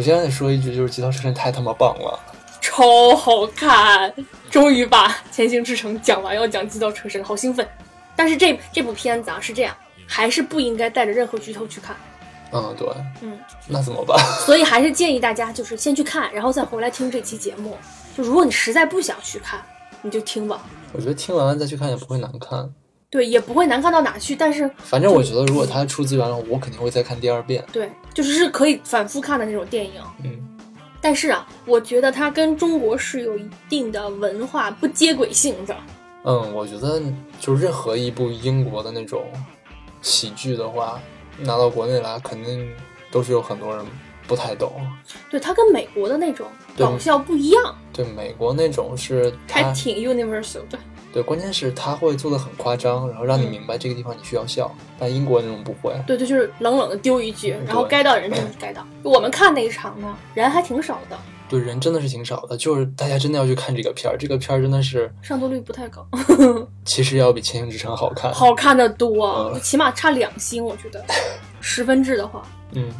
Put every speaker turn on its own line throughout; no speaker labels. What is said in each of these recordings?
先得说一句，就是《极道车神》太他妈棒了，
超好看！终于把《前行之城》讲完，要讲《极道车神》，好兴奋。但是这这部片子啊是这样，还是不应该带着任何剧透去看，
嗯，对，
嗯，
那怎么办？
所以还是建议大家就是先去看，然后再回来听这期节目。就如果你实在不想去看，你就听吧，
我觉得听完了再去看也不会难看，
对，也不会难看到哪去。但是
反正我觉得如果它出资源了，我肯定会再看第二遍。
对，就是是可以反复看的那种电影。
嗯，
但是啊，我觉得它跟中国是有一定的文化不接轨性的。
嗯，我觉得就是任何一部英国的那种喜剧的话，拿到国内来肯定都是有很多人不太懂。
对，它跟美国的那种
对
搞笑不一样，
对美国那种是
还
它，
挺 universal 的。
对，关键是它会做的很夸张，然后让你
嗯
明白这个地方你需要笑，但英国那种不会。
对对，就是冷冷的丢一句，
对
然后该到人就是该到。我们看那一场呢，人还挺少的，
对，人真的是挺少的，就是大家真的要去看这个片儿，这个片儿真的是
上座率不太高，
其实要比《千星之城》好看。
好看的多，
嗯
起码差两星，我觉得。十分制的话，
嗯，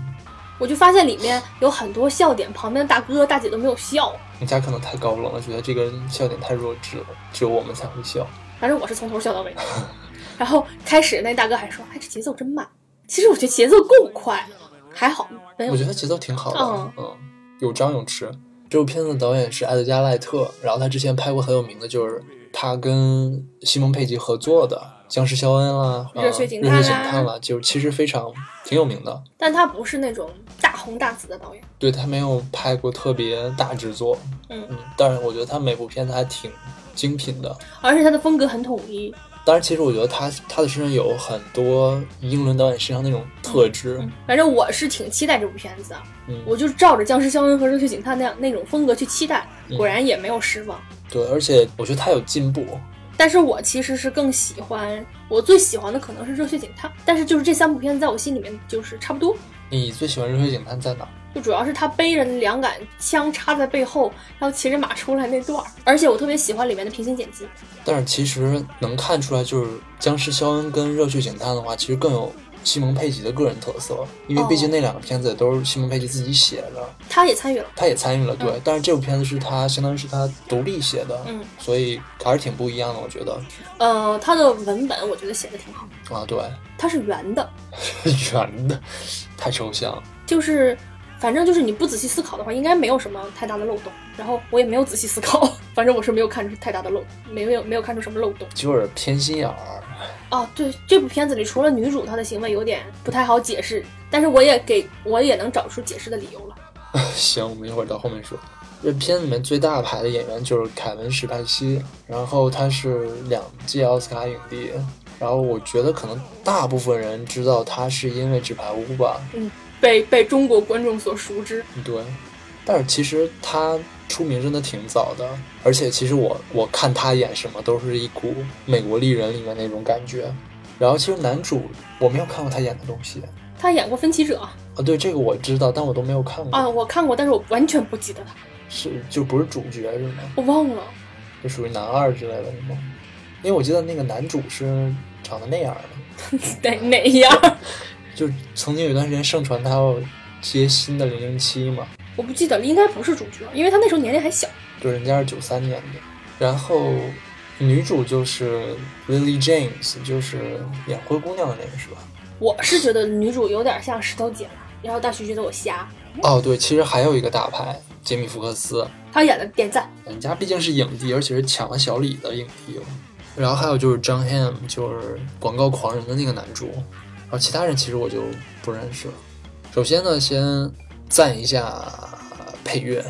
我就发现里面有很多笑点，旁边的大哥大姐都没有笑。
人家可能太高冷了，觉得这个笑点太弱智了，只有我们才会笑。
反正我是从头笑 到尾。然后开始那大哥还说：“哎，这节奏真慢。”其实我觉得节奏够快，还好没有
我觉。得节奏挺好的，
嗯
嗯有张永驰。这部片子的导演是埃德加·赖特，然后他之前拍过很有名的，就是他跟西蒙·佩吉合作的《僵尸肖恩》啦，啊
热血警探啦
热血警探》啦，就是其实非常挺有名的。
但他不是那种大红大紫的导演，
对他没有拍过特别大制作，
嗯
嗯，但是我觉得他每部片子还挺精品的。
而且他的风格很统一。
当然，其实我觉得他他的身上有很多英伦导演身上那种特质，
反正我是挺期待这部片子啊，
嗯
嗯我就照着《僵尸肖恩》和《热血警探》那样那种风格去期待，
嗯
果然也没有失望。
对，而且我觉得他有进步，
但是我其实是更喜欢，我最喜欢的可能是《热血警探》，但是就是这三部片子在我心里面就是差不多。
你最喜欢《热血警探》在哪？
就主要是他背着那两杆枪插在背后，然后骑着马出来那段儿，而且我特别喜欢里面的平行剪辑。
但是其实能看出来，就是《僵尸肖恩》跟《热血警探》的话，其实更有西蒙佩吉的个人特色，因为毕
哦
竟那两个片子也都是西蒙佩吉自己写的，
他也参与了，
他也参与了，对。
嗯
但是这部片子是他相当于是他独立写的，
嗯，
所以还是挺不一样的，我觉得。
呃，他的文本我觉得写的挺好，
啊，对，
它是圆的，
圆的，太抽象了。
就是反正就是你不仔细思考的话，应该没有什么太大的漏洞。然后我也没有仔细思考， 反正我是没有看出太大的漏，没有没有看出什么漏洞。
就是偏心眼儿，
哦，对，这部片子里除了女主她的行为有点不太好解释，但是我也给我也能找出解释的理由了。
行，我们一会儿到后面说。这片子里面最大牌的演员就是凯文·史派西，然后他是两届奥斯卡影帝，然后我觉得可能大部分人知道他是因为《纸牌屋》吧，
被被中国观众所熟知，
对，但是其实他出名真的挺早的，而且其实我我看他演什么都是一股美国丽人里面那种感觉，然后其实男主我没有看过他演的东西
她演过《分歧者》
啊，对这个我知道，但我都没有看过，
啊，我看过，但是我完全不记得她，
是就不是主角是吗？
我忘了。
就属于男二之类的，是吗？因为我记得那个男主是长得那样的，
哪哪一样？
就曾经有一段时间盛传他要接新的零零七嘛，
我不记得了，应该不是主角，因为他那时候年龄还小。
就人家是九三年的，然后女主就是 Lily James，就是演灰姑娘的那个是吧？
我是觉得女主有点像石头姐，然后大徐觉得我瞎，
哦，对，其实还有一个大牌杰米福克斯，
她演的点赞。
人家毕竟是影帝，而且是抢了小李的影帝嘛。然后还有就是张 Ham，就是《广告狂人》的那个男主，然后其他人其实我就不认识了。首先呢，先赞一下配乐，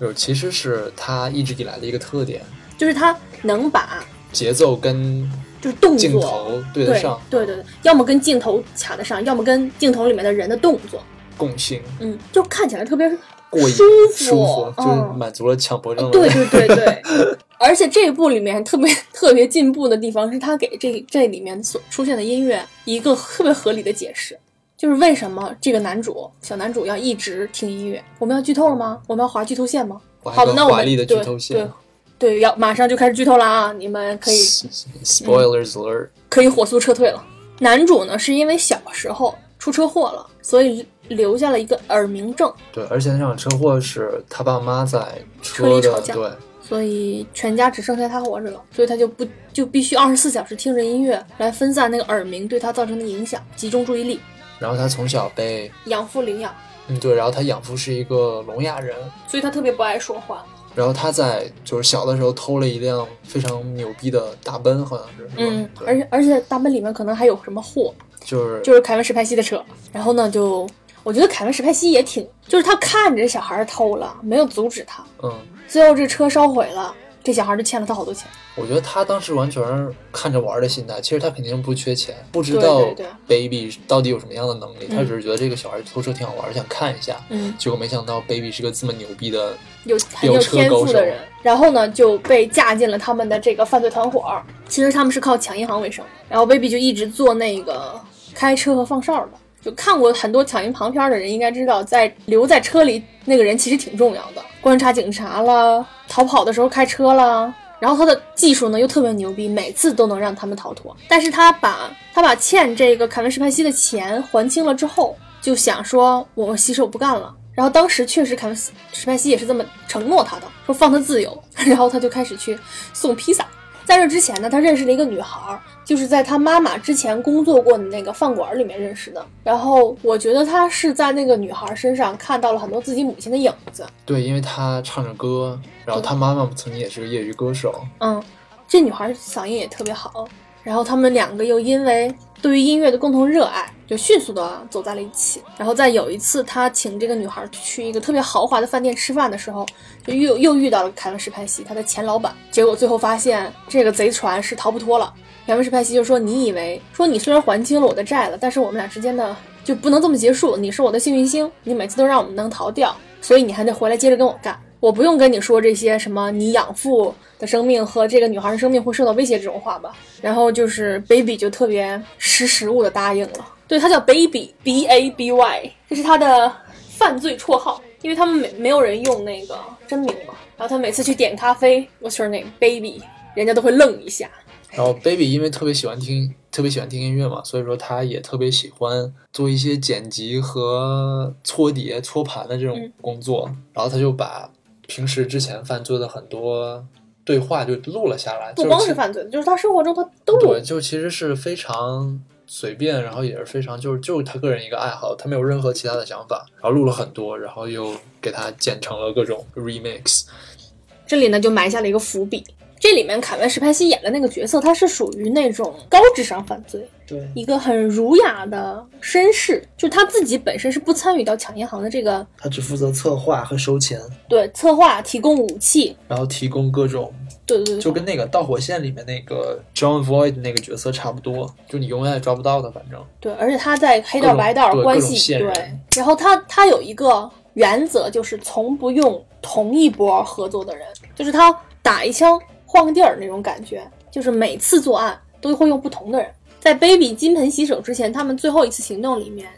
就是其实是他一直以来的一个特点，
就是她能把
节奏跟
就是动
镜
作
头对得上，
对对对，要么跟镜头卡得上，要么跟镜头里面的人的动作，
共性
嗯，就看起来特别
过瘾
舒服
舒服，就是
嗯
满足了强迫症
对
的
对对对。 而且这一部里面特别特别进步的地方是，他给这这里面所出现的音乐一个特别合理的解释，就是为什么这个男主小男主要一直听音乐。我们要剧透了吗？我们要划剧透线吗？
嗯我还
好的，
有
那
个
我
华
们
丽的
对
剧透线
对。对，要马上就开始剧透了啊！你们可以嗯
，spoilers alert，
可以火速撤退了。男主呢，是因为小时候出车祸了，所以留下了一个耳鸣症，
对，而且那场车祸是他爸妈在
车
车
里吵
的，
架
对，
所以全家只剩下他活着了，所以他就不就必须二十四小时听着音乐来分散那个耳鸣对他造成的影响，集中注意力。
然后他从小被，
养父领养，
嗯，对，然后他养父是一个聋哑人，
所以他特别不爱说话。
然后他在就是小的时候偷了一辆非常牛逼的大奔，好像是，是吧
嗯，
对
而且而且大奔里面可能还有什么货，
就是
就是凯文史派西的车。然后呢，就我觉得凯文史派西也挺，就是他看着这小孩儿偷了，没有阻止他，
嗯，
最后这车烧毁了，这小孩儿就欠了他好多钱。
我觉得他当时完全是看着玩儿的心态，其实他肯定不缺钱，不知
对
道
对对
baby 到底有什么样的能力，
嗯
他只是觉得这个小孩偷车挺好玩儿，想看一下。
嗯，
结果没想到 baby 是个这么牛逼的，
有很有
有车
天
高
赋
手
的人，然后呢就被嫁进了他们的这个犯罪团伙儿。其实他们是靠抢银行为生，然后 baby 就一直做那个开车和放哨的。就看过很多抢银行片儿的人应该知道，在留在车里那个人其实挺重要的，观察警察啦，逃跑的时候开车啦。然后他的技术呢又特别牛逼，每次都能让他们逃脱。但是他把他把欠这个凯文史派西的钱还清了之后，就想说我洗手不干了。然后当时确实凯文史史派西也是这么承诺他的，说放他自由。 然后他就开始去送披萨。在这之前呢，他认识了一个女孩儿，就是在他妈妈之前工作过的那个饭馆里面认识的。然后我觉得他是在那个女孩身上看到了很多自己母亲的影子。
对，因为他唱着歌，然后他妈妈曾经也是个业余歌手，
嗯，这女孩嗓音也特别好，然后他们两个又因为对于音乐的共同热爱，就迅速的走在了一起。然后在有一次他请这个女孩去一个特别豪华的饭店吃饭的时候，就又又遇到了凯文史派西，他的前老板。结果最后发现这个贼船是逃不脱了。凯文史派西就说：“你以为说你虽然还清了我的债了，但是我们俩之间的就不能这么结束。你是我的幸运星，你每次都让我们能逃掉，所以你还得回来接着跟我干。我不用跟你说这些什么你养父的生命和这个女孩的生命会受到威胁这种话吧。然后就是 baby 就特别识时务的答应了，对他叫 baby b a b y，这是他的犯罪绰号，因为他们没没有人用那个真名嘛。然后他每次去点咖啡，What's your name, baby？人家都会愣一下。
然后 baby 因为特别喜欢听，特别喜欢听音乐嘛，所以说他也特别喜欢做一些剪辑和搓碟、搓盘的这种
嗯
工作。然后他就把平时之前犯罪的很多对话就录了下来，
不光
就是
犯罪，就是他生活中他都有
对，就其实是非常随便，然后也是非常就是就是他个人一个爱好，他没有任何其他的想法，然后录了很多，然后又给他剪成了各种 remix。
这里呢就埋下了一个伏笔。这里面凯文·史派西演的那个角色，他是属于那种高智商犯罪，
对，
一个很儒雅的绅士，就是他自己本身是不参与到抢银行的这个
他只负责策划和收钱，
对策划、提供武器，
然后提供各种
对对
就
对，
跟那个《导火线》里面那个 John Voight 那个角色差不多，就你永远也抓不到他，反正
对，而且他在黑
各
道
种
白道
对
关
各种
系
线
对
人，
然后他他有一个原则，就是从不用同一波合作的人，就是他打一枪换个地儿那种感觉，就是每次作案都会用不同的人。在 Baby 金盆洗手之前，他们最后一次行动里面，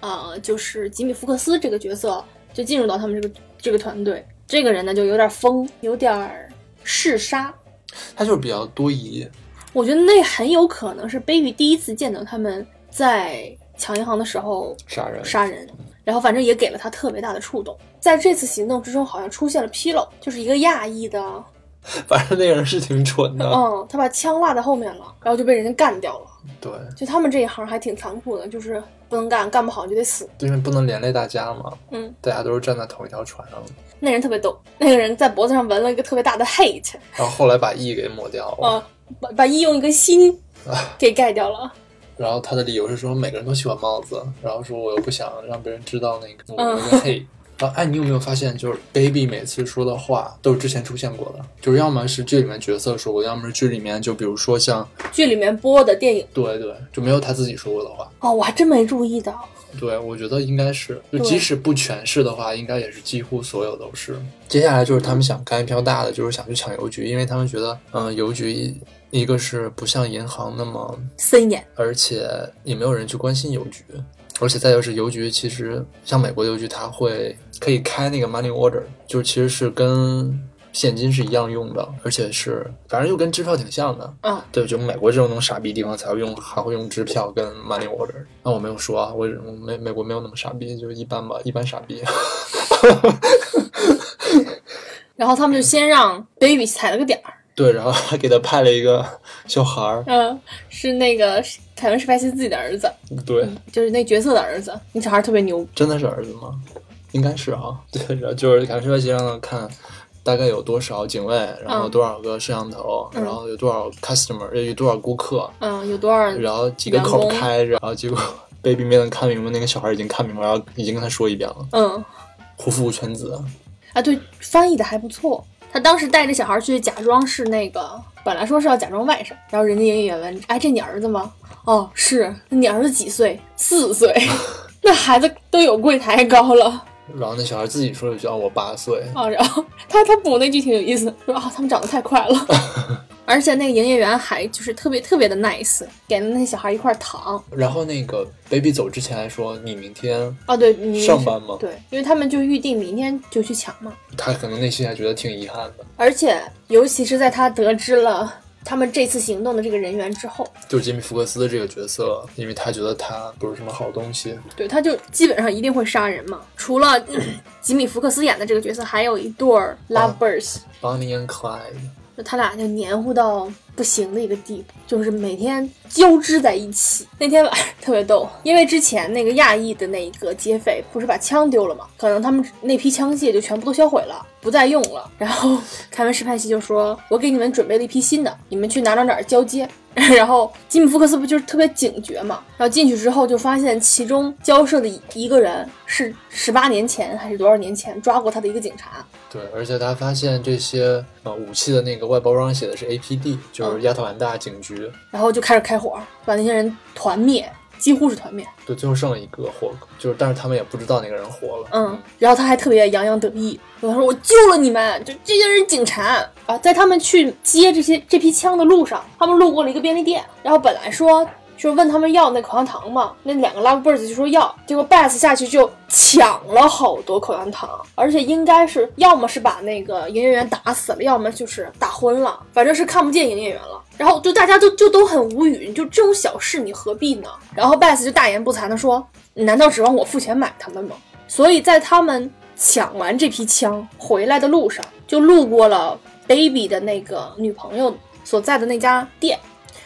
呃，就是吉米·福克斯这个角色就进入到他们这个这个团队。这个人呢，就有点疯，有点儿嗜杀，
他就是比较多疑。
我觉得那很有可能是 Baby 第一次见到他们在抢银行的时候
杀人
杀人，然后反正也给了他特别大的触动。在这次行动之中，好像出现了纰漏，就是一个亚裔的，
反正那个人是挺蠢的，
嗯，他把枪落在后面了，然后就被人家干掉了。
对，
就他们这一行还挺残酷的，就是不能干，干不好就得死。
因为不能连累大家嘛，
嗯，
大家都是站在同一条船上的。
那人特别逗，那个人在脖子上纹了一个特别大的 hate，
然后后来把 E 给抹掉了，
啊，把把一用一个心
啊
给盖掉了。
然后他的理由是说每个人都喜欢帽子，然后说我又不想让别人知道那个我
嗯
那个 hate。然后哎，你有没有发现，就是 Baby 每次说的话都是之前出现过的，就是要么是剧里面角色说过，要么是剧里面就比如说像
剧里面播的电影
对对，就没有他自己说过的话。
哦，我还真没注意到。
对，我觉得应该是，就
对
即使不全是的话，应该也是几乎所有都是。接下来就是他们想干一票大的，就是想去抢邮局，因为他们觉得，嗯、邮局一个是不像银行那么
森严，
而且也没有人去关心邮局。而且再就是邮局，其实像美国邮局，它会可以开那个 money order，就是其实是跟现金是一样用的，而且是反正又跟支票挺像的。
嗯，
对，就美国这种那种傻逼地方才会用，还会用支票跟 money order。那我没有说啊，我我美美国没有那么傻逼，就一般吧，一般傻逼。
然后他们就先让 baby 踩了个点儿，
对，然后还给他派了一个小孩儿，
嗯，是那个凯文史派西自己的儿子，
对，
就是那角色的儿子，那小孩特别牛，
真的是儿子吗？应该是哈、 对，然后就是凯文·史派西让他看大概有多少警卫，然后有多少个摄像头，
嗯
然后有多少 customer，有多少顾客，
嗯，有多少
然后几个
员
口
工
开着，然后结果 baby 没能看明白，那个小孩已经看明白，然后已经跟他说一遍了，
嗯
胡服全子，
啊，对，翻译的还不错。他当时带着小孩去假装是那个，本来说是要假装外甥，然后人家营业员问：“哎，这你儿子吗？”哦，是。那你儿子几岁？四岁。那孩子都有柜台高了
然后那小孩自己说了一句：“啊，我八岁。
啊、然后他他补那句挺有意思，说啊、他们长得太快 了。而且那个营业员还就是特别特别的 nice，给了那小孩一块糖。”
然后那个 baby 走之前还说：“你明天
哦，对，你
上班吗
对，因为他们就预定明天就去抢嘛。？”
他可能内心还觉得挺遗憾的，
而且，尤其是在他得知了他们这次行动的这个人员之后，
就是吉米·福克斯这个角色，因为他觉得他不是什么好东西，
对，他就基本上一定会杀人嘛。除了嗯吉米·福克斯演的这个角色，还有一对儿 lovebirds，、
Bonnie and Clyde。
就他俩就黏糊到不行的一个地步，就是每天交织在一起。那天晚上特别逗，因为之前那个亚裔的那一个劫匪不是把枪丢了嘛，可能他们那批枪械就全部都销毁了，不再用了。然后凯文·史派西就说：“我给你们准备了一批新的，你们去哪哪哪儿交接。” 然后吉米·福克斯不就是特别警觉嘛？然后进去之后就发现其中交涉的一一个人是十八年前还是多少年前抓过他的一个警察，
对，而且他发现这些呃武器的那个外包装写的是 APD，就是
嗯
亚特兰大警局。
然后就开始开火，把那些人团灭，几乎是团灭。
对，最后剩了一个活，就是但是他们也不知道那个人活了。
嗯，然后他还特别洋洋得意，他说：“我救了你们，就这些人是警察啊！”在他们去接这些这批枪的路上，他们路过了一个便利店，然后本来说。就问他们要那口香糖嘛，那两个 lovebirds 就说要，结果 Beth 下去就抢了好多口香糖，而且应该是要么是把那个营业员打死了，要么就是打昏了，反正是看不见营业员了。然后就大家就就都很无语，就这种小事你何必呢？然后 Beth 就大言不惭的说：“你难道指望我付钱买他们吗？”所以在他们抢完这批枪回来的路上，就路过了 Baby 的那个女朋友所在的那家店，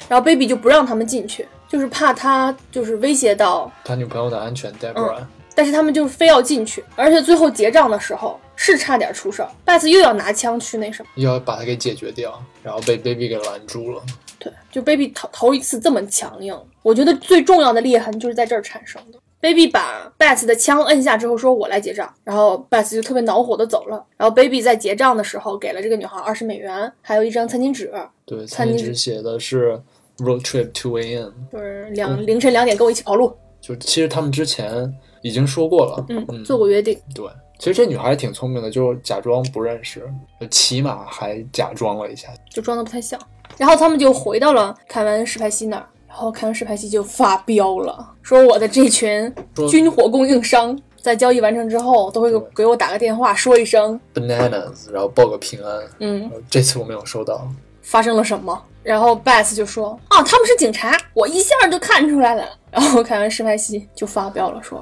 然后 Baby 就不让他们进去，就是怕他就是威胁到，
他女朋友的安全
嗯
Deborah，、
但是他们就非要进去，而且最后结账的时候是差点出事儿，Beth 又要拿枪去那什么，
要把他给解决掉，然后被 Baby 给拦住了。
对，就 Baby 头头一次这么强硬，我觉得最重要的裂痕就是在这儿产生的。Baby 把 Beth 的枪摁下之后，说：“我来结账。”然后 Beth 就特别恼火的走了。然后 Baby 在结账的时候给了这个女孩二十美元，还有一张餐巾纸，
对，
餐
餐
巾
巾
纸
纸写的是 road trip 2 a.m.，
就是
嗯
两凌晨两点跟我一起跑路。
就其实他们之前已经说过了。
嗯，做过约定。
对，其实这女孩还挺聪明的，就是假装不认识，起码还假装了一下。
就装的不太像。然后他们就回到了凯文史派西那儿，然后凯文史派西就发飙了，说我的这群
说
军火供应商在交易完成之后都会给
对
给我打个电话说一声，
Bananas，然后报个平安。
嗯，
呃这次我没有收到，
发生了什么？然后 Beth 就说：“啊，他们是警察，我一下就看出来了。”然后凯文·史派西就发飙了，说：“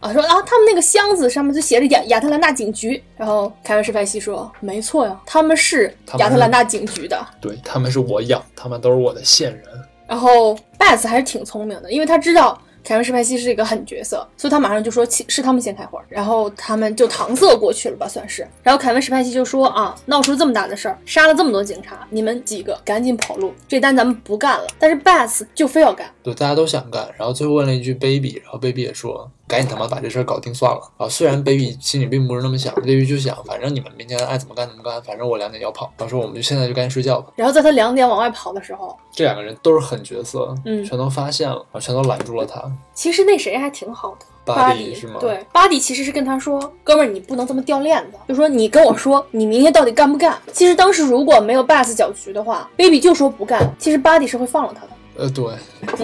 啊，说啊，他们那个箱子上面就写着亚亚特兰大警局。”然后凯文·史派西说：“没错呀，他们是
他们
亚特兰大警局的。
对他们是我养，他们都是我的线人。
然后 Beth 还是挺聪明的，因为他知道凯文·史派西是一个狠角色，所以他马上就说其是他们先开火，然后他们就搪塞过去了吧，算是。然后凯文·史派西就说啊，闹出这么大的事儿，杀了这么多警察，你们几个赶紧跑路，这单咱们不干了。但是 Beth 就非要干，
对，大家都想干，然后最后问了一句 baby，然后 baby 也说赶紧他妈把这事儿搞定算了啊。虽然 baby 心里并不是那么想，baby 就想反正你们明天爱怎么干怎么干，反正我两点要跑，到时候我们就现在就赶紧睡觉吧。
然后在他两点往外跑的时候，
这两个人都是狠角色，
嗯
全都发现了，然后全都拦住了他。
其实那谁还挺好的。
巴
迪
黎是吗？
对，巴迪其实是跟他说：“哥们儿，你不能这么掉链子，就说你跟我说你明天到底干不干。”其实当时如果没有 Bass 搅局的话，Baby 就说不干，其实巴迪是会放了他的。
呃，对，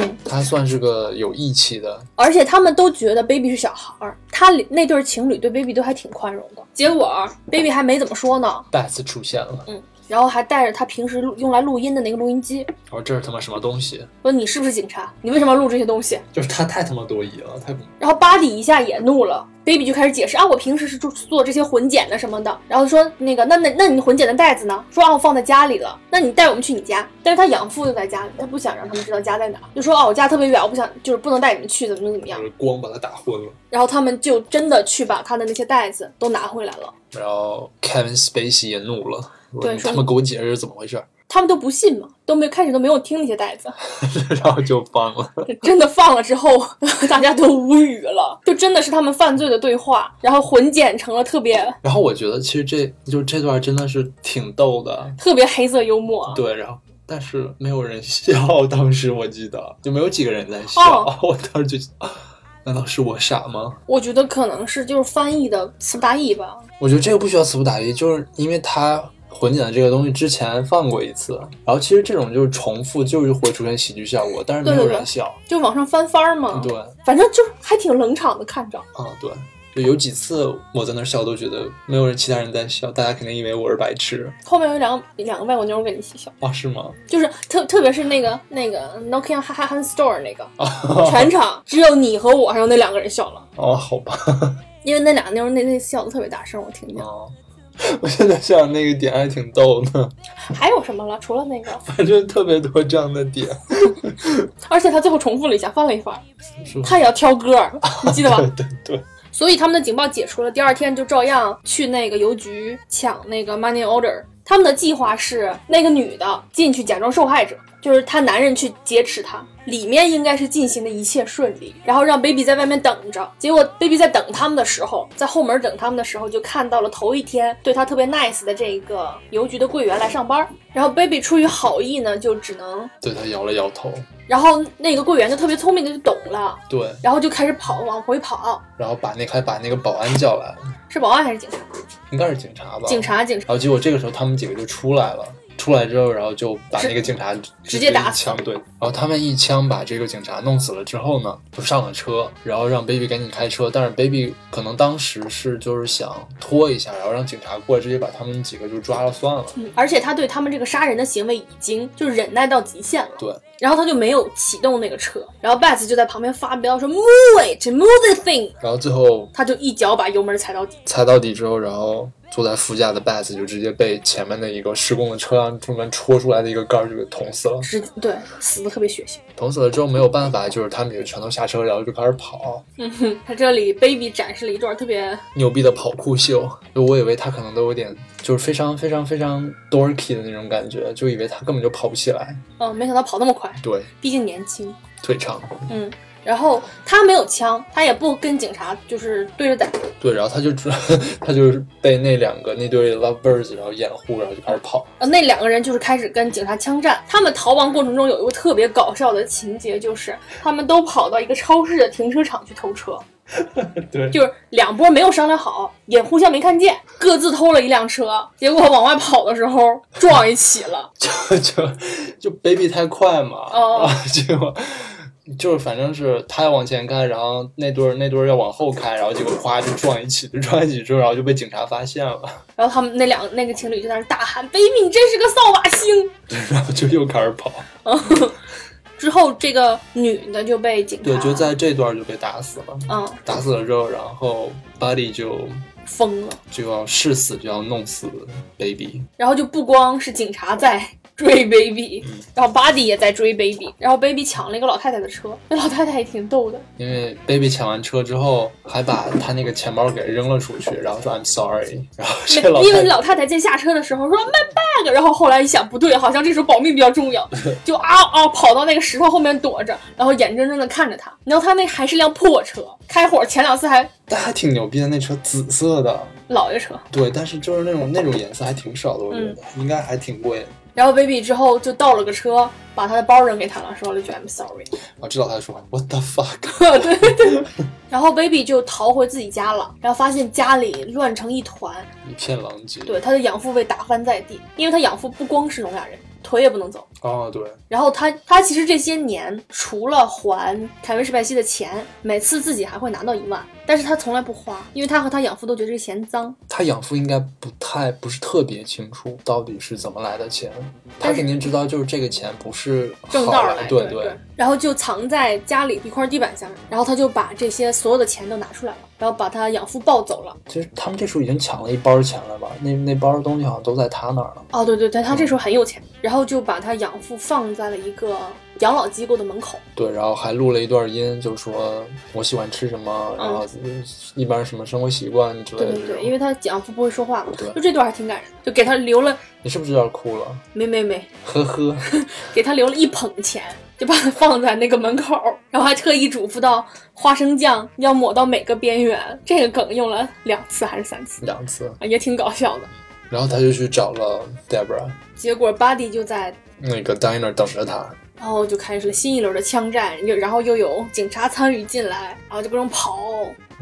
嗯，
他算是个有义气的，
而且他们都觉得 baby 是小孩儿，他里那对儿情侣对 baby 都还挺宽容的。结果 baby 还没怎么说呢，
Beth 出现了。
嗯，然后还带着他平时录用来录音的那个录音机，
我说这是他妈什么东西？
说你是不是警察？你为什么要录这些东西？
就是他太他妈多疑了，太恐
然后巴蒂一下也怒了，baby 就开始解释啊，我平时是做做这些混剪的什么的。然后说那个，那那那你混剪的袋子呢？说啊，我放在家里了。那你带我们去你家？但是他养父就在家里，他不想让他们知道家在哪儿，就说哦，我家特别远，我不想就是不能带你们去，怎么怎么样
就。是光把他打昏了。
然后他们就真的去把他的那些袋子都拿回来了。
然后 Kevin Spacey 也怒了，说
对
你
说
他妈给我解释是怎么回事儿，
他们都不信嘛，都没开始都没有听那些袋子，
然后就放了。
真的放了之后， 大家都无语了，就真的是他们犯罪的对话，然后混剪成了特别
然后我觉得其实这就这段真的是挺逗的，
特别黑色幽默。啊
对，然后。但是没有人笑， 当时我记得就没有几个人在笑。
哦
我当时就，啊难道是我傻吗？
我觉得可能是就是翻译的词不达意吧。
我觉得这个不需要词不达意，就是因为他混剪的这个东西之前放过一次，然后其实这种就是重复，就是会出现喜剧效果，但是没有
对对嗯对
人笑。
就往上翻番儿嘛，
对，
反正就是还挺冷场的看着，
啊，对，就有几次我在那儿笑，都觉得没有人其他人在笑，大家肯定以为我是白痴
后面有两个两个外国妞儿跟你一起笑，
啊，是吗？
就是特特别是那个那个 Nokia h a h a n Store 那个，
啊，
全场只有你和我还有那两个人笑了，
哦，好吧，
因为那俩妞儿那那笑的特别大声，我听见。
哦， 我现在想那个点还挺逗的，
还有什么了？除了那个，
反正特别多这样的点，
而且他最后重复了一下，翻了一番儿，
是吧？
他也要挑歌儿，你记得吧
对？对对，
所以他们的警报解除了，第二天就照样去那个邮局抢那个 money order。他们的计划是，那个女的进去假装受害者，就是她男人去劫持她，里面应该是进行的一切顺利，然后让 baby 在外面等着。结果 baby 在等他们的时候，在后门等他们的时候，就看到了头一天对她特别 nice 的这个邮局的柜员来上班。然后 baby 出于好意呢，就只能，
对他摇了摇头，
然后那个柜员就特别聪明的就懂了，
对，
然后就开始跑，往回跑。
然后把那还把那个保安叫来了，
是保安还是警察？
应该是警察吧？
警。察，警察。
然后结果这个时候他们几个就出来了，出来之后，然后就把
是
那个警察直
直接打
一
死
枪，对。然后他们一枪把这个警察弄死了之后呢，就上了车，然后让 baby 赶紧开车，但是 baby 可能当时是就是想拖一下，然后让警察过来，直接把他们几个就抓了算了。
嗯，而且他对他们这个杀人的行为已经就是忍耐到极限了。
对，
然后他就没有启动那个车，然后 Beth 就在旁边发飙说 “Move it, move the thing”，
然后最后
他就一脚把油门踩到底。
踩到底之后，然后坐在副驾的 Beth 就直接被前面的一个施工的车辆中间戳出来的一个杆儿就给捅死了。
直对死的特别血腥。
捅死了之后没有办法，就是他们也全都下车，然后就开始跑。
嗯哼，他这里 Baby 展示了一段特别
牛逼的跑酷秀，就我以为他可能都有点就是非常非常非常 dorky 的那种感觉，就以为他根本就跑不起来，
嗯，没想到跑那么快，
对，
毕竟年轻。
腿长，
嗯，然后他没有枪，他也不跟警察就是对着打，
对，然后他就 他就是被那两个那对 lovebirds 然后掩护，然后就开始跑，
呃，那两个人就是开始跟警察枪战。他们逃亡过程中有一个特别搞笑的情节，就是他们都跑到一个超市的停车场去偷车，
对，
就是两波没有商量好，也互相没看见，各自偷了一辆车，结果往外跑的时候撞一起了。
就 就就 baby 太快嘛，
哦
啊，结果。就是，反正是他要往前开，然后那对儿那对儿要往后开，然后结果咵就撞一起，就撞一起之后，然后就被警察发现了，
然后他们那两那个情侣就在那儿大喊：“baby，你真是个扫把星
对，然后就又开始跑，！”
之后这个女的就被警察
对，就在这段就被打死了。
嗯
打死了之后，然后 Buddy 就
疯了，
就要誓死就要弄死 Baby，
然后就不光是警察在追 baby，然
嗯
后 Buddy 也在追 baby，然后 baby 抢了一个老太太的车，那老太太也挺逗的，
因为 Baby 抢完车之后，还把他那个钱包给扔了出去，然后说 I'm sorry，然后这老
因为
太
老太太在下车的时候说 my bag，然后后来一想不对，好像这时候保命比较 重要，就啊啊跑到那个石头后面躲着，然后眼睁睁的看着他，然后他那还是辆破车，开火前两次还
但还挺牛逼的，那车紫色的，
老爷车，
对，但是就是那种那种颜色还挺少的，我觉
嗯
得、应该还挺贵的。
然后 baby 之后就倒了个车，把他的包扔给他了，说了一句 I'm sorry。
我知道他说 What the fuck，
对对对。 然后 baby 就逃回自己家了，然后发现家里乱成一团。
一片狼藉，
对，他的养父被打翻在地，因为他养父不光是聋哑人，腿也不能走。
哦，对，
然后他他其实这些年除了还凯文·史派西的钱，每次自己还会拿到一万，但是他从来不花，因为他和他养父都觉得这钱脏。
他养父应该不太不是特别清楚到底是怎么来的钱，他
但是
肯定知道就是这个钱不是
正
好
道儿
来，
对
对，
然后就藏在家里一块地板下面，然后他就把这些所有的钱都拿出来了，然后把他养父抱走了。
其实他们这时候已经抢了一包钱了吧？那那包东西好像都在他那儿了。
哦，对对对，他这时候很有钱，然后就把他养父放在了一个养老机构的门口。
对，然后还录了一段音，就说我喜欢吃什么，然后一般什么生活习惯之类
对
的
嗯对
这种。
对，因为他养父不会说话嘛
对，
就这段还挺感人的，就给他留了
你是不是有点哭了？
没没没，
呵呵，
给他留了一捧钱，就把他放在那个门口，然后还特意嘱咐到花生酱要抹到每个边缘。这个梗用了两次还是三次
两次。
啊，也挺搞笑的。
然后他就去找了 Debra，
结果 Buddy 就在，
那个 diner 等着他。
然后就开始了新一轮的枪战，又然后又有警察参与进来，然后就各种跑，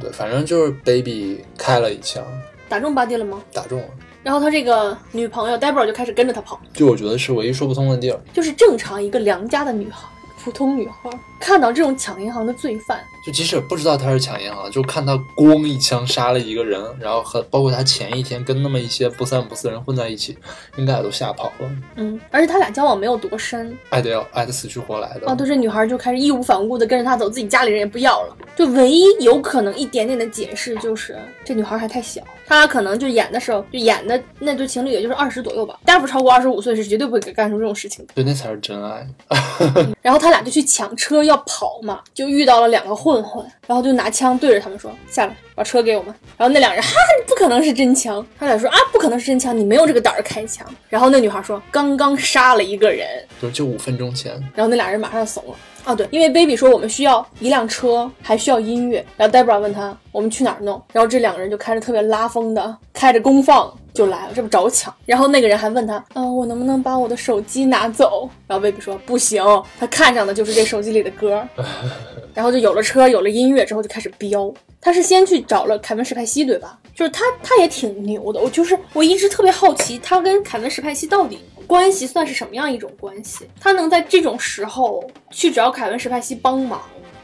对，反正就是 Baby 开了一枪，
打中 Buddy 了吗？
打中了。
然后他这个女朋友 Debra 就开始跟着他跑，
就我觉得是唯一说不通的地儿。
就是正常一个良家的女孩，普通女孩看到这种抢银行的罪犯，
就即使不知道他是抢银行，就看他咣一枪杀了一个人，然后和包括他前一天跟那么一些不三不四人混在一起，应该也都吓跑了。
嗯，而且他俩交往没有多深，嗯
爱得要爱得死去活来的。
哦，对，这女孩就开始义无反顾的跟着他走，自己家里人也不要了。就唯一有可能一点点的解释就是，这女孩还太小，她俩可能就演的时候就演的那对情侣也就是二十左右吧，大不超过二十五岁是绝对不会干出这种事情的。
对，那才是真爱。
然后他俩就去抢车要跑嘛，就遇到了两个混混，然后就拿枪对着他们说：“下来，把车给我们。”然后那两人哈，不可能是真枪。他俩说：“啊，不可能是真枪，你没有这个胆儿开枪。”然后那女孩说：“刚刚杀了一个人。”
就就五分钟前，
然后那俩人马上怂了。哦，对，因为 Baby 说我们需要一辆车，还需要音乐。然后 Debra 问他我们去哪儿弄，然后这两个人就开着特别拉风的，开着功放就来了，这不找抢。然后那个人还问他，嗯、我能不能把我的手机拿走？然后 Baby 说不行，他看上的就是这手机里的歌。然后就有了车，有了音乐之后就开始飙。他是先去找了凯文·史派西，对吧？就是他，他也挺牛的。我就是我一直特别好奇，他跟凯文·史派西到底关系算是什么样一种关系？他能在这种时候去找凯文·史派西帮忙？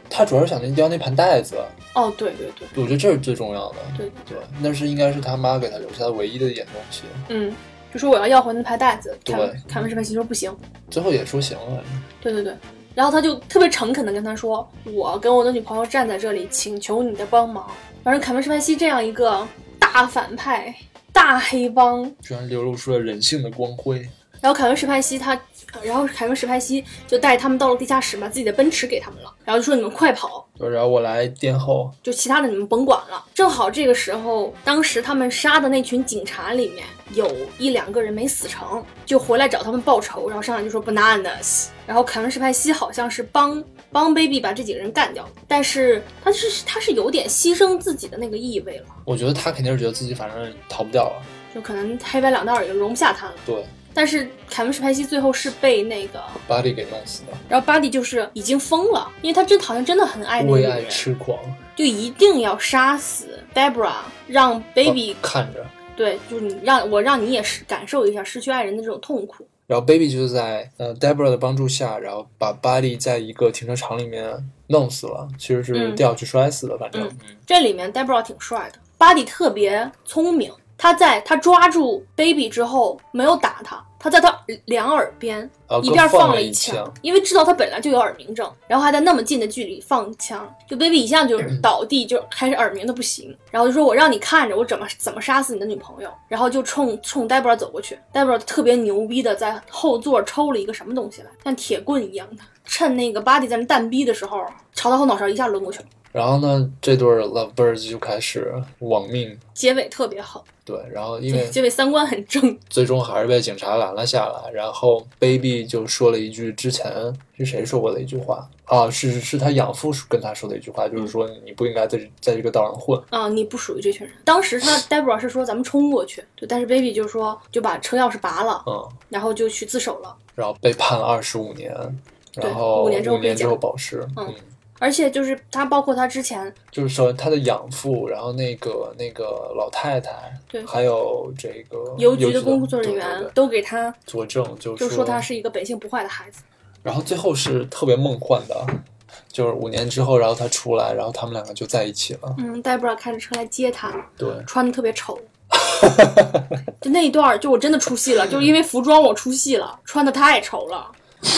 他主要是想要那盘袋子，
哦，对对对，
我觉得这是最重要的。
对
对，那是应该是他妈给他留下的唯一的一点东西。
嗯，就说我要要回那盘袋子。凯文
对
凯文·史派西说不行。
最后也说行了，
对对对。然后他就特别诚恳的跟他说：“我跟我的女朋友站在这里，请求你的帮忙。”反正凯文·史派西这样一个大反派、大黑帮，
居然流露出了人性的光辉。
然后凯文·史派西他，呃然后凯文·史派西就带他们到了地下室，把自己的奔驰给他们了，然后就说你们快跑，
对，然后我来垫后，
就其他的你们甭管了。正好这个时候，当时他们杀的那群警察里面有一两个人没死成，就回来找他们报仇，然后上来就说 bananas。然后凯文·史派西好像是帮帮 baby 把这几个人干掉，但是他是他是有点牺牲自己的那个意味了，
我觉得他肯定是觉得自己反正逃不掉了。
就可能黑白两道也容不下他了。
对，
但是凯文·史派西最后是被那个
巴蒂给弄死了，
然后巴蒂就是已经疯了，因为他真好像真的很爱那个
为
女
爱
人，
痴狂。
就一定要杀死 Debra，让 Baby、
看着，
对，就是你让我让你也是感受一下失去爱人的这种痛苦。
然后 Baby 就在呃 Debra 的帮助下，然后把 Buddy 在一个停车场里面弄死了，其实是
嗯
掉下去摔死的，反正。
这里面 Debra 挺帅的，Buddy 特别聪明。他在他抓住 Baby 之后没有打他，他在他两耳边
啊
一边
各放
放了
一
一
枪
枪，因为知道他本来就有耳鸣症，然后还在那么近的距离放枪，就 Baby 一下就倒地，就开始耳鸣的不行，然后就说我让你看着我怎么怎么杀死你的女朋友，然后就冲冲 Debra 走过去，Debra 特别牛逼的在后座抽了一个什么东西来，像铁棍一样的，趁那个 Buddy 在那蛋逼的时候，朝他后脑勺一下抡过去了，
然后呢，这对 lovebirds 就开始亡命。
结尾特别好，
对，然后因为
结尾三观很正，
最终还是被警察拦了下来，然后 baby 就说了一句之前是谁说过的一句话啊，是是他养父跟他说的一句话，就是说你不应该在这在这个道上混。
啊、你不属于这群人。当时他 Debra 是说咱们冲过去，对，但是 Baby 就说就把车钥匙拔了，
嗯，
然后就去自首了。
然后被判了二十五年，
对
然后
五年之后
五年
被
之
奖
后保释。
嗯
嗯，
而且就是他，包括他之前
就是首先他的养父，然后那个那个老太太，
对
还有这个
邮局的工作
对
人
对
员
对
都给他
佐证，就
就说他是一个本性不坏的孩子。
然后最后是特别梦幻的，就是五年之后，然后他出来，然后他们两个就在一起了。
嗯，黛布拉开着车来接他，
对，
穿的特 别丑。就那一段儿，就我真的出戏了，就是因为服装我出戏了，穿的太丑了。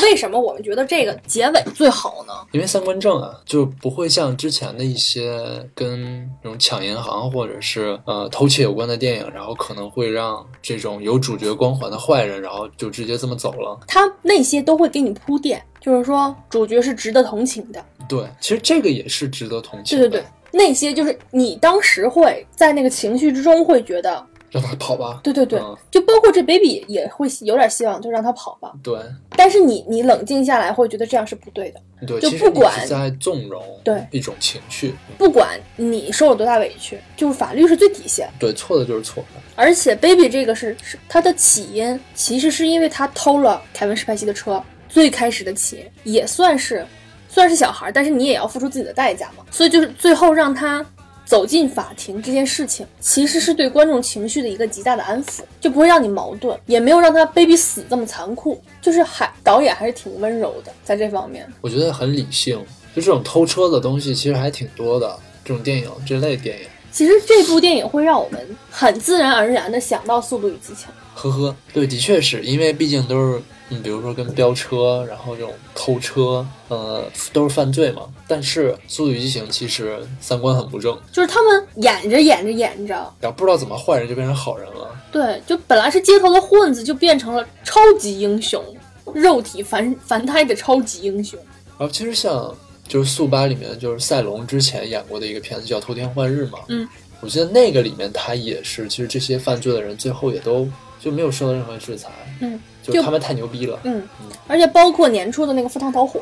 为什么我们觉得这个结尾最好呢？
因为三观正啊，就不会像之前的一些跟那种抢银行或者是呃偷窃有关的电影，然后可能会让这种有主角光环的坏人，然后就直接这么走了。
他那些都会给你铺垫，就是说主角是值得同情的。
对，其实这个也是值得同情
对
的。
对对，那些就是你当时会在那个情绪之中会觉得，
让他跑吧。
对对对
嗯，
就包括这 baby 也会有点希望，就让他跑吧。
对
但是你你冷静下来，会觉得这样是不对的。
对，
就
其实
不
你
管
是在纵容
对
一种情绪，嗯
不管你受了多大委屈，就是法律是最底线。
对错的就是错的。
而且 baby 这个是是它的起因，其实是因为他偷了凯文史派西的车，最开始的起因也算是，虽然是小孩儿，但是你也要付出自己的代价嘛。所以就是最后让他走进法庭这件事情，其实是对观众情绪的一个极大的安抚，就不会让你矛盾，也没有让他 baby 死这么残酷，就是还导演还是挺温柔的在这方面。
我觉得很理性。就这种偷车的东西，其实还挺多的。这种电影，这类电影，
其实这部电影会让我们很自然而然的想到《速度与激情》。
呵呵，对，的确是因为毕竟都是，嗯，比如说跟飙车，然后这种偷车，呃，都是犯罪嘛。但是《速度与激情》其实三观很不正，
就是他们演着演着演着，
然后不知道怎么坏人就变成好人了。
对，就本来是街头的混子，就变成了超级英雄，肉体凡凡胎的超级英雄。
然后其实像就是《速八》里面，就是赛龙之前演过的一个片子叫《偷天换日》嘛。
嗯，
我记得那个里面他也是，其实这些犯罪的人最后也都就没有受到任何制裁。
嗯，
就是
就
他们太牛逼了。
嗯，而且包括年初的那个《赴汤蹈火》，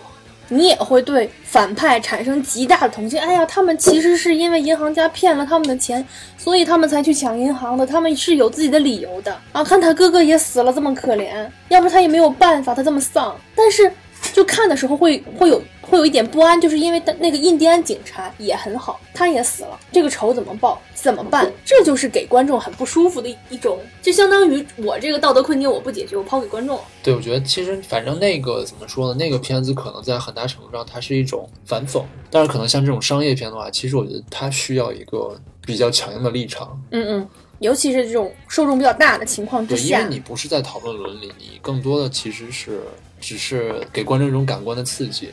你也会对反派产生极大的同情。哎呀，他们其实是因为银行家骗了他们的钱，所以他们才去抢银行的，他们是有自己的理由的啊。看他哥哥也死了，这么可怜，要不他也没有办法，他这么丧。但是就看的时候会会有会有一点不安，就是因为他那个印第安警察也很好，他也死了，这个仇怎么报？怎么办？这就是给观众很不舒服的一一种，就相当于我这个道德困境我不解决，我抛给观众了。
对，我觉得其实反正那个怎么说呢？那个片子可能在很大程度上它是一种反讽，但是可能像这种商业片的话，其实我觉得它需要一个比较强硬的立场。
嗯嗯，尤其是这种受众比较大的情况之
对，因为
下，
你不是在讨论伦理，你更多的其实是只是给观众一种感官的刺激。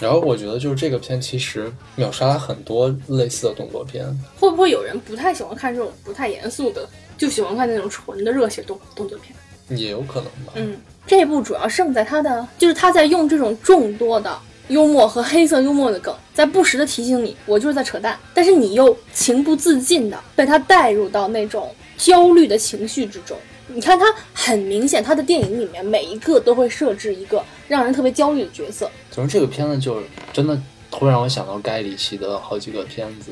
然后我觉得就是这个片其实秒杀了很多类似的动作片，
会不会有人不太喜欢看这种不太严肃的，就喜欢看那种纯的热血动动作片？
也有可能吧。
嗯，这部主要胜在它的，就是它在用这种众多的幽默和黑色幽默的梗，在不时的提醒你，我就是在扯淡，但是你又情不自禁的被它带入到那种焦虑的情绪之中。你看，它很明显，它的电影里面每一个都会设置一个让人特别焦虑的角色，
总之这个片子就是真的突然让我想到盖里奇的好几个片子，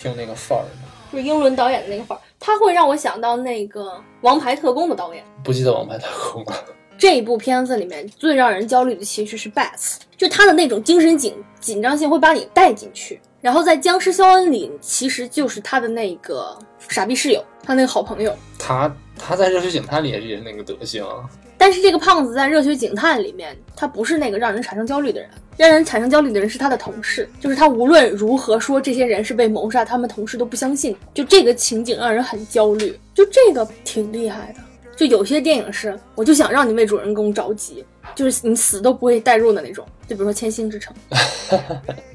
挺有那个范儿的。
就是英伦导演的那个范儿，他会让我想到那个《王牌特工》的导演。
不记得《王牌特工》了。
这一部片子里面最让人焦虑的其实是 Beth，就他的那种精神紧紧张性会把你带进去。然后在《僵尸肖恩》里，其实就是他的那个傻逼室友，他那个好朋友。
他他在《热血警探》里也是那个德行啊，
但是这个胖子在《热血警探》里面，他不是那个让人产生焦虑的人，让人产生焦虑的人是他的同事，就是他无论如何说这些人是被谋杀，他们同事都不相信，就这个情景让人很焦虑，就这个挺厉害的。就有些电影是，我就想让你为主人公着急，就是你死都不会代入的那种，就比如说《千星之城》，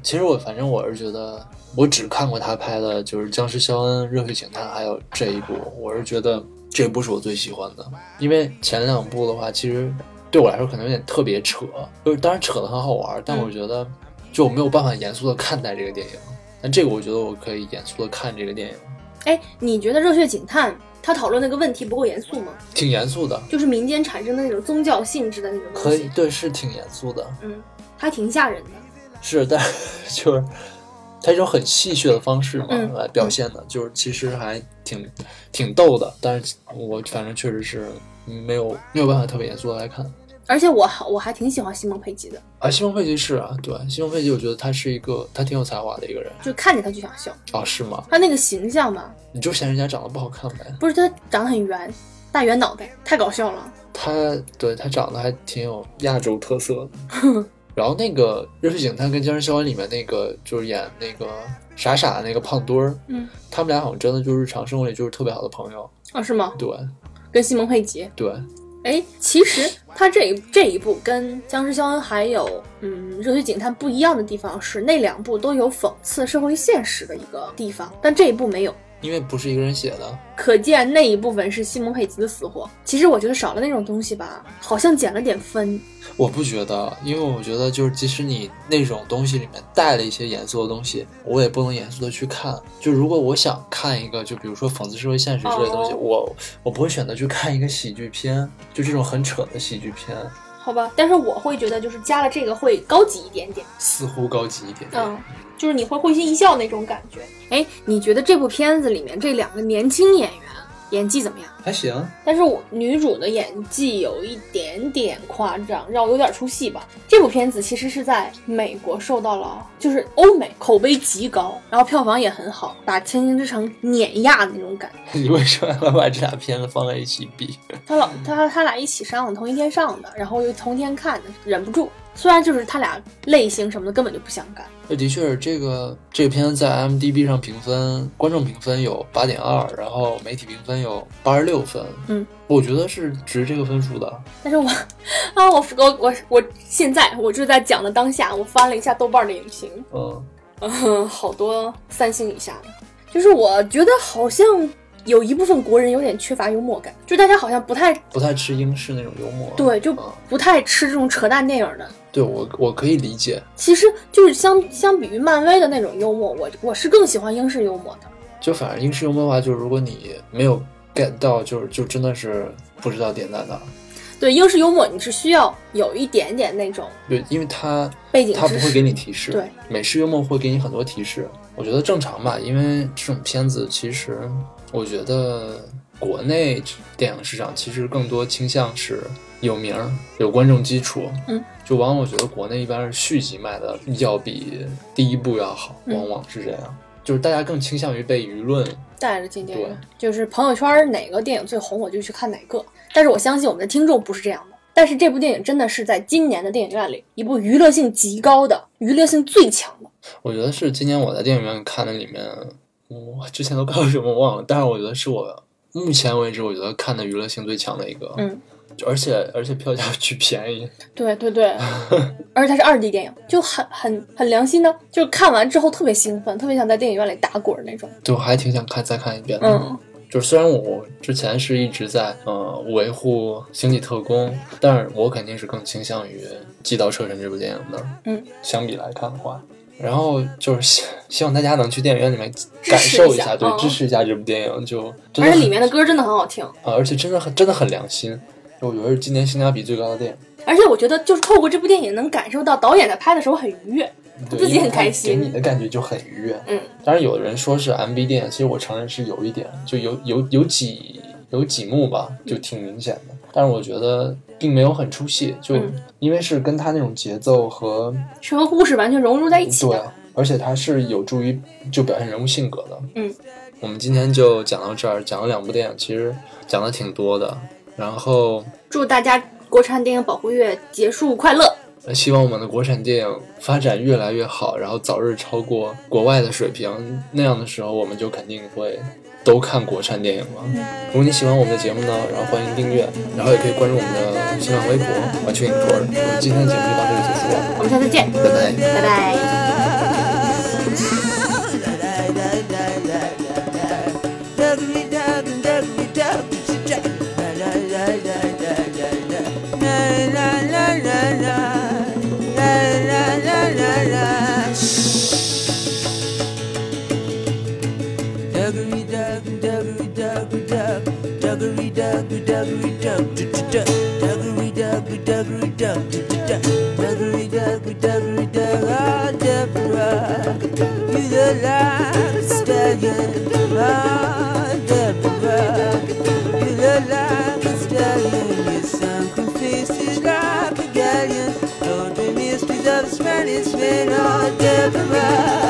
其实我反正我是觉得，我只看过他拍的，就是《僵尸肖恩》《热血警探》，还有这一部，我是觉得这部是我最喜欢的。因为前两部的话，其实对我来说可能有点特别扯，就是当然扯得很好玩，但我觉得就我没有办法严肃的看待这个电影。但这个我觉得我可以严肃的看这个电影，
哎，你觉得《热血警探》他讨论那个问题不够严肃吗？
挺严肃的，
就是民间产生的那种宗教性质的那种东
可
西，
以对是挺严肃的，
嗯，还挺吓人的。
是，但是 就是他一种很戏谑的方式嘛、
嗯
来表现的，就是其实还挺挺逗的，但是我反正确实是没有没有办法特别严肃的来看。
而且我还我还挺喜欢西蒙佩吉的，
啊，西蒙佩吉是啊，对，西蒙佩吉，我觉得他是一个他挺有才华的一个人
就看见他就想笑。
哦，是吗？
他那个形象吧，
你就嫌人家长得不好看呗？
不是他长得很圆，大圆脑袋，太搞笑了。
他对他长得还挺有亚洲特色的。 然后那个《热血警探》跟《僵尸校园》里面那个就是演那个傻傻的那个胖墩儿，
嗯，
他们俩好像真的就是日常生活里就是特别好的朋友。
哦，是吗？
对
跟西蒙佩吉。
对，
哎，其实他这一这一部跟《僵尸肖恩》还有嗯《热血警探》不一样的地方是，那两部都有讽刺社会现实的一个地方，但这一部没有。
因为不是一个人写的，
可见那一部分是西蒙佩吉的死活。其实我觉得少了那种东西吧，好像减了点分。
我不觉得，因为我觉得就是即使你那种东西里面带了一些严肃的东西，我也不能严肃的去看。就如果我想看一个，就比如说讽刺社会现实之类的东西
哦
我我不会选择去看一个喜剧片，就这种很扯的喜剧片，
好吧，但是我会觉得就是加了这个会高级一点点，
似乎高级一点点。
嗯，就是你会会心一笑那种感觉。哎，你觉得这部片子里面这两个年轻演员演技怎么样？
还行，
但是我女主的演技有一点点夸张，让我有点出戏吧。这部片子其实是在美国受到了，就是欧美口碑极高，然后票房也很好，把《千星之城》碾压的那种感觉。
你为什么要把这俩片子放在一起比？
他老他他俩一起上的，同一天上的，然后又同一天看的，忍不住。虽然就是他俩类型什么的根本就不相干，
那的确是这个这个片在 m d b 上评分，观众评分有八点二，然后媒体评分有八十六分。
嗯，
我觉得是值这个分数的。
但是我啊，我我我我现在我就在讲的当下，我翻了一下豆瓣的影评，
嗯，
嗯，好多三星以下的，就是我觉得好像有一部分国人有点缺乏幽默感，就大家好像不太
不太吃英式那种幽默。
对，就
嗯
不太吃这种扯淡电影的。
对我我可以理解，
其实就是相相比于漫威的那种幽默，我我是更喜欢英式幽默的。
就反正英式幽默的话，就是如果你没有 get 到，就是就真的是不知道点在哪儿。
对，英式幽默你是需要有一点点那种
对，因为它
背景
它不
知
会
识。
给你提示，
对，
美式幽默会给你很多提示，我觉得正常吧，因为这种片子其实，我觉得国内电影市场其实更多倾向是有名儿、有观众基础，
嗯，
就往往我觉得国内一般是续集卖的要比第一部要好，
嗯
往往是这样，就是大家更倾向于被舆论，
带着进电
对
影，就是朋友圈哪个电影最红，我就去看哪个。但是我相信我们的听众不是这样的。但是这部电影真的是在今年的电影院里，一部娱乐性极高的、娱乐性最强的。
我觉得是今年我在电影院看的里面，我之前都看过什么忘了，但是我觉得是我目前为止我觉得看的娱乐性最强的一个，
嗯，
而且而且票价 巨便宜，
对 对对，而且它是二 D 电影，就很很很良心的，就是看完之后特别兴奋，特别想在电影院里打滚儿那种。
对我还挺想看再看一遍的。
嗯，
就是虽然我之前是一直在呃维护《星际特工》，但是我肯定是更倾向于《寄刀车神》这部电影的。
嗯，
相比来看的话，然后就是希希望大家能去电影院里面
支持一下
感受一下，对
嗯，
支持一下这部电影，就真的
而且
很
里面的歌真的很好听，
啊，而且真的很真的很良心，我觉得是今年性价比最高的电影。
而且我觉得就是透过这部电影能感受到导演在拍的时候很愉悦。
对
自己
因为
很
它
开心
给你的感觉就很愉悦。
嗯，
当然有的人说是 MV 电影，其实我承认是有一点，就有有有几有几幕吧，就挺明显的。但是我觉得并没有很出戏，就
嗯
因为是跟他那种节奏和、
是和故事完全融入在一起
对
的。，
而且他是有助于就表现人物性格的。
嗯，
我们今天就讲到这儿，讲了两部电影，其实讲的挺多的。然后
祝大家国产电影保护月结束快乐！
呃希望我们的国产电影发展越来越好，然后早日超过国外的水平。那样的时候，我们就肯定会都看国产电影了。如果你喜欢我们的节目呢，然后欢迎订阅，然后也可以关注我们的新浪微博“完全影托儿”。我们今天的节目就到这里结束了，
我们下次见，
拜拜。
拜拜。
Duggery dug, duggery dug, dug, duggery dug, duggery dug, dug, duggery dug, duggery dug, dug, duggery dug, duggery dug, ah, Deborah, you the last stallion, ah, Deborah, you the last stallion, your son confesses lie. and it's been all different.